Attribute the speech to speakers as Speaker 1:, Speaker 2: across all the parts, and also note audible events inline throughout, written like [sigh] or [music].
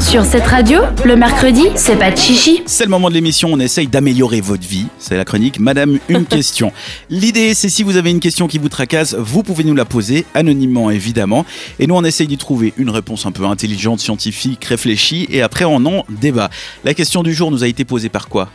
Speaker 1: Sur cette radio, le mercredi, c'est pas de chichi.
Speaker 2: C'est le moment de l'émission, on essaye d'améliorer votre vie. C'est la chronique Madame
Speaker 3: [laughs]
Speaker 2: une question. L'idée, c'est si vous avez une question qui vous tracasse, vous pouvez nous la poser, anonymement évidemment. Et nous, on essaye d'y trouver une réponse un peu intelligente, scientifique, réfléchie, et après, on en débat. La question du jour nous a été posée par quoi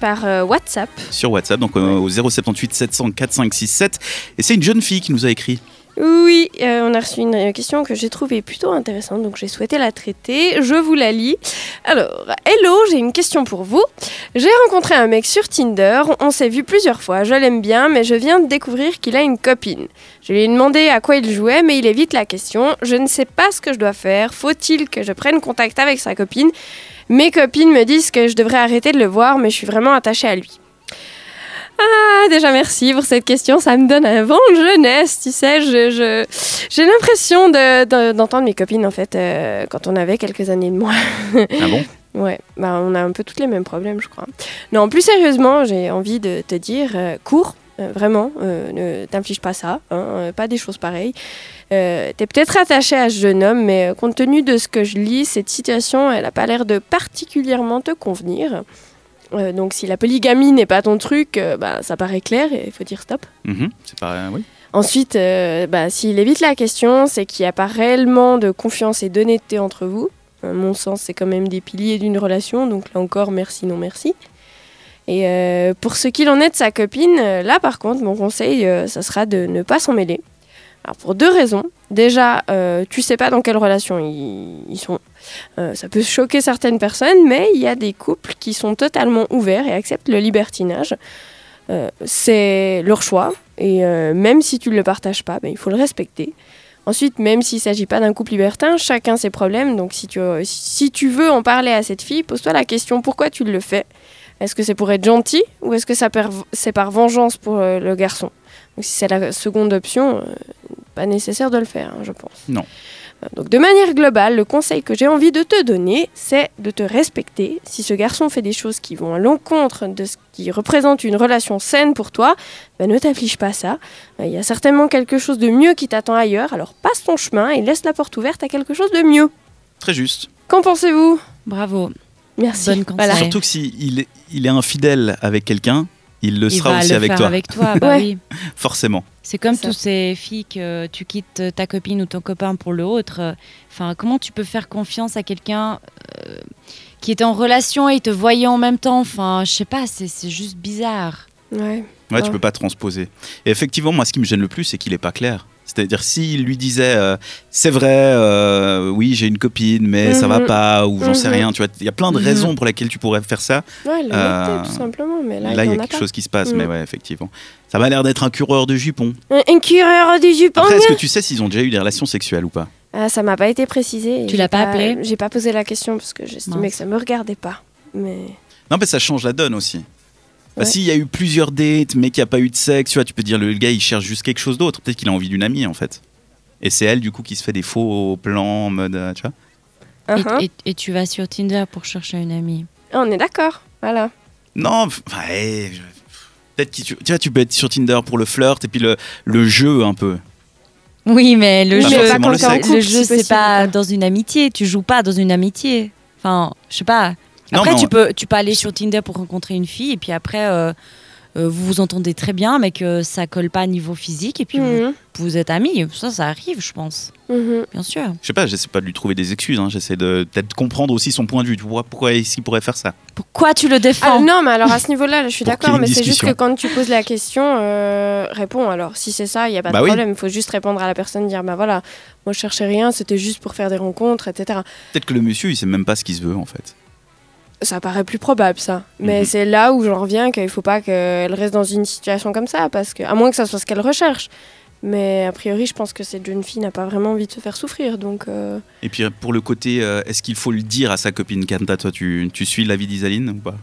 Speaker 4: par euh, WhatsApp.
Speaker 2: Sur WhatsApp, donc euh, au 078 700 4567. Et c'est une jeune fille qui nous a écrit.
Speaker 4: Oui, euh, on a reçu une euh, question que j'ai trouvée plutôt intéressante, donc j'ai souhaité la traiter. Je vous la lis. Alors, hello, j'ai une question pour vous. J'ai rencontré un mec sur Tinder, on s'est vu plusieurs fois, je l'aime bien, mais je viens de découvrir qu'il a une copine. Je lui ai demandé à quoi il jouait, mais il évite la question. Je ne sais pas ce que je dois faire, faut-il que je prenne contact avec sa copine Mes copines me disent que je devrais arrêter de le voir, mais je suis vraiment attachée à lui. Ah, déjà merci pour cette question, ça me donne un vent de jeunesse, tu sais, je, je- j'ai l'impression de- de- d'entendre mes copines en fait euh, quand on avait quelques années de moins.
Speaker 2: Ah bon
Speaker 4: Ouais, bah, on a un peu toutes les mêmes problèmes je crois. Non, plus sérieusement, j'ai envie de te dire, euh, cours, euh, vraiment, euh, ne t'inflige pas ça, hein, euh, pas des choses pareilles. Euh, T'es peut-être attaché à ce jeune homme, mais euh, compte tenu de ce que je lis, cette situation, elle a pas l'air de particulièrement te convenir. Euh, donc si la polygamie n'est pas ton truc, euh, bah, ça paraît clair et il faut dire stop.
Speaker 2: Mhm, C'est pas. oui.
Speaker 4: Ensuite, euh, bah, s'il évite la question, c'est qu'il n'y a pas réellement de confiance et d'honnêteté entre vous. À mon sens, c'est quand même des piliers d'une relation, donc là encore, merci, non merci. Et euh, pour ce qu'il en est de sa copine, euh, là par contre, mon conseil, euh, ça sera de ne pas s'en mêler. Alors pour deux raisons. Déjà, euh, tu sais pas dans quelle relation ils, ils sont. Euh, ça peut choquer certaines personnes, mais il y a des couples qui sont totalement ouverts et acceptent le libertinage. Euh, c'est leur choix. Et euh, même si tu ne le partages pas, ben, il faut le respecter. Ensuite, même s'il ne s'agit pas d'un couple libertin, chacun ses problèmes. Donc si tu, euh, si tu veux en parler à cette fille, pose-toi la question pourquoi tu le fais Est-ce que c'est pour être gentil ou est-ce que ça per- c'est par vengeance pour euh, le garçon Donc si c'est la seconde option, euh, pas nécessaire de le faire, hein, je pense.
Speaker 2: Non.
Speaker 4: Euh, Donc de manière globale, le conseil que j'ai envie de te donner, c'est de te respecter. Si ce garçon fait des choses qui vont à l'encontre de ce qui représente une relation saine pour toi, ben, ne t'afflige pas ça. Euh, Il y a certainement quelque chose de mieux qui t'attend ailleurs, alors passe ton chemin et laisse la porte ouverte à quelque chose de mieux.
Speaker 2: Très juste.
Speaker 4: Qu'en pensez-vous
Speaker 3: Bravo.
Speaker 4: Merci.
Speaker 3: Bonne conseil. Ouais.
Speaker 2: Surtout que s'il il, il est infidèle avec quelqu'un, il le
Speaker 3: Il
Speaker 2: sera
Speaker 3: va
Speaker 2: aussi
Speaker 3: le
Speaker 2: avec
Speaker 3: faire
Speaker 2: toi,
Speaker 3: avec
Speaker 4: [laughs]
Speaker 3: toi.
Speaker 4: Ouais.
Speaker 3: bah oui.
Speaker 2: forcément.
Speaker 3: C'est comme
Speaker 4: C'est
Speaker 3: toutes ces filles que tu quittes ta copine ou ton copain pour l'autre. Enfin, comment tu peux faire confiance à quelqu'un euh, qui était en relation et te voyait en même temps Enfin, je sais pas, c'est c'est juste bizarre.
Speaker 4: Ouais.
Speaker 2: Ouais, tu
Speaker 4: Ouais.
Speaker 2: peux pas transposer. Et effectivement, moi, ce qui me gêne le plus, c'est qu'il est pas clair. C'est-à-dire, s'il lui disait, euh, c'est vrai, euh, oui, j'ai une copine, mais ça va
Speaker 4: Mhm.
Speaker 2: pas, ou j'en sais
Speaker 4: Mhm.
Speaker 2: rien, tu vois, il y a plein de
Speaker 3: Mhm.
Speaker 2: raisons pour lesquelles tu pourrais faire ça.
Speaker 4: Ouais, le
Speaker 2: Euh,
Speaker 4: noter, tout simplement, mais là,
Speaker 2: Là, il y a
Speaker 4: en a
Speaker 2: quelque
Speaker 4: pas.
Speaker 2: chose qui se passe,
Speaker 4: Mhm.
Speaker 2: mais ouais, effectivement. Ça m'a l'air d'être un cureur de jupons.
Speaker 4: Un, un cureur du jupon
Speaker 2: Après, est-ce que tu sais s'ils ont déjà eu des relations sexuelles ou pas
Speaker 4: Ah, ça m'a pas été précisé. et
Speaker 3: Tu l'as
Speaker 4: j'ai
Speaker 3: pas appelé
Speaker 4: J'ai pas posé la question parce que j'estimais
Speaker 3: Mince.
Speaker 4: que ça me regardait pas. Mais
Speaker 2: Non, mais ça change la donne aussi. Bah,
Speaker 4: Ouais.
Speaker 2: S'il y a eu plusieurs dates, mais qu'il n'y a pas eu de sexe, tu vois, tu peux dire le gars il cherche juste quelque chose d'autre. Peut-être qu'il a envie d'une amie en fait. Et c'est elle du coup qui se fait des faux plans en mode, euh, tu vois.
Speaker 3: Et-
Speaker 4: Uh-huh.
Speaker 3: Et, et tu vas sur Tinder pour chercher une amie.
Speaker 4: Ah, on est d'accord. Voilà.
Speaker 2: Non, pff, ouais, je- peut-être que tu, tu vois, tu peux être sur Tinder pour le flirt et puis le, le jeu un peu.
Speaker 3: Oui, mais le
Speaker 2: Pas
Speaker 4: Oui, mais
Speaker 3: jeu,
Speaker 2: forcément
Speaker 4: quand
Speaker 2: le
Speaker 4: t'es en
Speaker 2: sexe.
Speaker 4: couple,
Speaker 3: le jeu,
Speaker 4: si
Speaker 3: c'est
Speaker 4: possible,
Speaker 3: pas
Speaker 4: quoi.
Speaker 3: dans une amitié. Tu joues pas dans une amitié. Enfin, je sais pas.
Speaker 2: Non,
Speaker 3: Après,
Speaker 2: mais on-
Speaker 3: tu peux, tu peux aller sur Tinder pour rencontrer une fille et puis après, euh, euh, vous vous entendez très bien, mais que ça colle pas niveau physique et puis vous-
Speaker 4: Mhm.
Speaker 3: vous, êtes amis. Ça, ça arrive, je pense.
Speaker 4: Mhm.
Speaker 3: Bien sûr.
Speaker 2: Je sais pas, j'essaie pas de lui trouver des excuses, hein, j'essaie de peut-être comprendre aussi son point de vue, tu vois, pourquoi est-ce qu'il pourrait faire ça
Speaker 3: Pourquoi tu le
Speaker 4: Ah,
Speaker 3: défends
Speaker 4: non, mais alors à ce niveau-là, là, je suis
Speaker 2: Pour qu'il y
Speaker 4: d'accord,
Speaker 2: ait
Speaker 4: mais
Speaker 2: une
Speaker 4: c'est juste
Speaker 2: discussion.
Speaker 4: que quand tu poses la question, euh, réponds. Alors, si c'est ça, il n'y a pas
Speaker 2: Bah
Speaker 4: de
Speaker 2: oui.
Speaker 4: problème. Il faut juste répondre à la personne, dire bah voilà, moi je cherchais rien, c'était juste pour faire des rencontres, etc.
Speaker 2: Peut-être que le monsieur il sait même pas ce qu'il se veut en fait.
Speaker 4: Ça paraît plus probable, ça. Mais
Speaker 2: Mhm.
Speaker 4: c'est là où j'en reviens qu'il faut pas qu'elle reste dans une situation comme ça, parce que, à moins que ça soit ce qu'elle recherche. Mais a priori, je pense que cette jeune fille n'a pas vraiment envie de se faire souffrir, donc. euh,
Speaker 2: Et puis pour le côté, euh, est-ce qu'il faut le dire à sa copine Kanta, toi tu, tu suis l'avis d'Isaline ou pas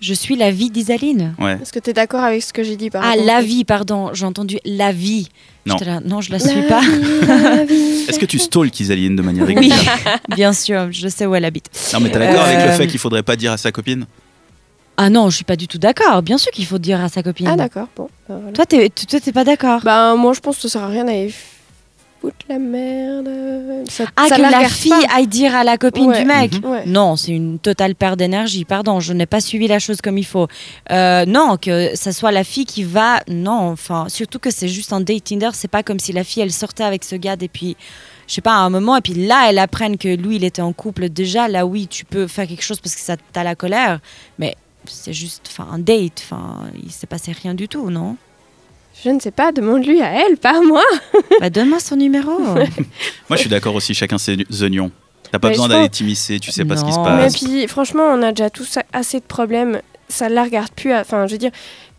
Speaker 3: Je suis la vie d'Isaline.
Speaker 2: Ouais.
Speaker 4: Est-ce que tu es d'accord avec ce que j'ai dit par
Speaker 3: Ah,
Speaker 4: rapport-
Speaker 3: la vie, pardon. J'ai entendu la vie.
Speaker 2: Non.
Speaker 3: J'étais là, non, je la
Speaker 4: La
Speaker 3: suis
Speaker 2: [laughs]
Speaker 3: pas.
Speaker 4: vie, [laughs] la vie.
Speaker 2: Est-ce que tu stalk Isaline de manière
Speaker 3: Oui,
Speaker 2: régulière
Speaker 3: [laughs] bien sûr, je sais où elle habite.
Speaker 2: Non mais t'es d'accord avec le
Speaker 3: Euh,
Speaker 2: fait qu'il faudrait pas dire à sa copine
Speaker 3: Ah non, je suis pas du tout d'accord. Bien sûr qu'il faut dire à sa copine.
Speaker 4: Ah, d'accord, Ah, bon. bah, voilà.
Speaker 3: Toi, t'es, toi, t'es pas d'accord.
Speaker 4: Bah moi je pense que ça sert à rien d'aller f- foutre la merde. Ça-
Speaker 3: Ah,
Speaker 4: ça
Speaker 3: que la
Speaker 4: regarde
Speaker 3: fille
Speaker 4: pas.
Speaker 3: aille dire à la copine
Speaker 4: Ouais.
Speaker 3: du mec.
Speaker 2: Mhm.
Speaker 4: Ouais.
Speaker 3: Non, c'est une totale perte d'énergie. Pardon, je n'ai pas suivi la chose comme il faut. Euh, non, que ça soit la fille qui va. Non, enfin, surtout que c'est juste un date Tinder. C'est pas comme si la fille elle sortait avec ce gars depuis, je sais pas, un moment. Et puis là, elle apprenne que lui, il était en couple déjà. Là, oui, tu peux faire quelque chose parce que ça t'a la colère. Mais c'est juste, enfin, un date. Enfin, il s'est passé rien du tout, non
Speaker 4: [laughs] Je ne sais pas, demande-lui à elle, pas à moi.
Speaker 3: Bah donne-moi son
Speaker 4: [laughs]
Speaker 3: numéro.
Speaker 2: Moi, je suis d'accord aussi, chacun ses oignons. T'as pas
Speaker 4: Mais
Speaker 2: besoin
Speaker 4: je
Speaker 2: d'aller
Speaker 4: pense-
Speaker 2: t'immiscer, tu sais pas ce qui se
Speaker 3: Non.
Speaker 4: Mais
Speaker 2: passe.
Speaker 4: puis, franchement, on a déjà tous assez de problèmes. Ça la regarde plus. à- Enfin, je veux dire,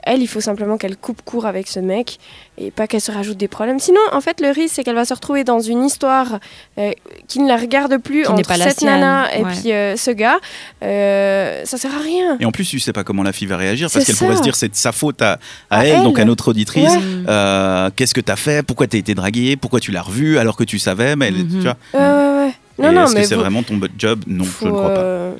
Speaker 4: elle, il faut simplement qu'elle coupe court avec ce mec et pas qu'elle se rajoute des problèmes. Sinon, en fait, le risque, c'est qu'elle va se retrouver dans une histoire euh, qui ne la regarde plus
Speaker 3: Qui n'est
Speaker 4: entre
Speaker 3: pas la
Speaker 4: cette
Speaker 3: sienne,
Speaker 4: nana et
Speaker 3: ouais.
Speaker 4: puis euh, ce gars. Euh, ça sert à rien.
Speaker 2: Et en plus, tu sais pas comment la fille va réagir parce
Speaker 4: C'est
Speaker 2: qu'elle pourrait
Speaker 4: ça.
Speaker 2: se dire c'est de sa faute à, à
Speaker 4: À
Speaker 2: elle, donc à
Speaker 4: elle.
Speaker 2: notre auditrice.
Speaker 4: Ouais.
Speaker 3: Mm.
Speaker 2: Euh, Qu'est-ce que t'as fait Pourquoi t'as été draguée Pourquoi tu l'as revue alors que tu savais mais elle-
Speaker 3: Mhm.
Speaker 2: tu vois
Speaker 4: Ouais, ouais, ouais. Non,
Speaker 2: Et
Speaker 4: non,
Speaker 2: Est-ce
Speaker 4: mais
Speaker 2: que c'est
Speaker 4: vous-
Speaker 2: vraiment ton bo- job Non,
Speaker 4: faut,
Speaker 2: je ne crois pas.
Speaker 4: euh,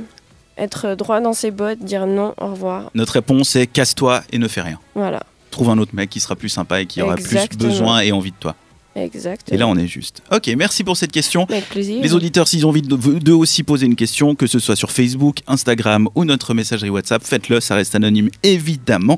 Speaker 4: être droit dans ses bottes, dire non, au revoir.
Speaker 2: Notre réponse est casse-toi et ne fais rien.
Speaker 4: Voilà,
Speaker 2: Trouve un autre mec qui sera plus sympa et qui aura plus
Speaker 4: Exactement.
Speaker 2: besoin et envie de toi.
Speaker 4: exact.
Speaker 2: Et là, on est juste. Ok, merci pour cette question.
Speaker 4: Avec plaisir.
Speaker 2: Les auditeurs, s'ils ont envie de- d'eux aussi poser une question, que ce soit sur Facebook, Instagram ou notre messagerie WhatsApp, faites-le, ça reste anonyme évidemment.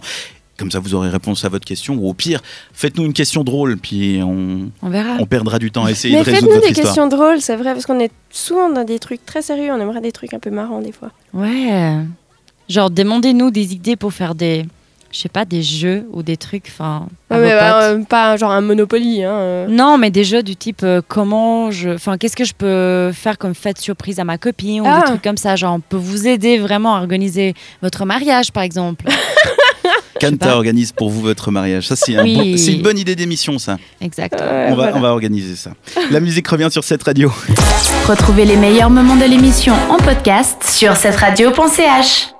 Speaker 2: Comme ça, vous aurez réponse à votre question, ou au pire, faites-nous une question drôle, puis on,
Speaker 3: On verra.
Speaker 2: on perdra du temps à essayer
Speaker 4: Ah. Mais
Speaker 2: de résoudre
Speaker 4: faites-nous
Speaker 2: votre
Speaker 4: des
Speaker 2: histoire.
Speaker 4: questions drôles, c'est vrai, parce qu'on est souvent dans des trucs très sérieux, on aimerait des trucs un peu marrants des fois.
Speaker 3: Ouais. Genre, demandez-nous des idées pour faire des, je sais pas, des jeux ou des trucs. Enfin, à vos
Speaker 4: mais bah,
Speaker 3: potes.
Speaker 4: euh, pas genre un Monopoly. Hein. euh.
Speaker 3: Non, mais des jeux du type euh, comment je, enfin, qu'est-ce que je peux faire comme fête surprise à ma copine ou
Speaker 4: Ah.
Speaker 3: des trucs comme ça. Genre, on peut vous aider vraiment à organiser votre mariage,
Speaker 4: [laughs]
Speaker 3: par exemple.
Speaker 2: Kanta
Speaker 3: pas.
Speaker 2: organise pour vous votre mariage. Ça, c'est un
Speaker 3: Oui.
Speaker 2: bon- c'est une bonne idée d'émission, ça.
Speaker 3: exact.
Speaker 4: Ouais,
Speaker 2: on, va,
Speaker 4: Euh, voilà.
Speaker 2: on va organiser ça. La musique revient sur cette radio.
Speaker 1: Retrouvez les meilleurs moments de l'émission en podcast sur cette radio.ch.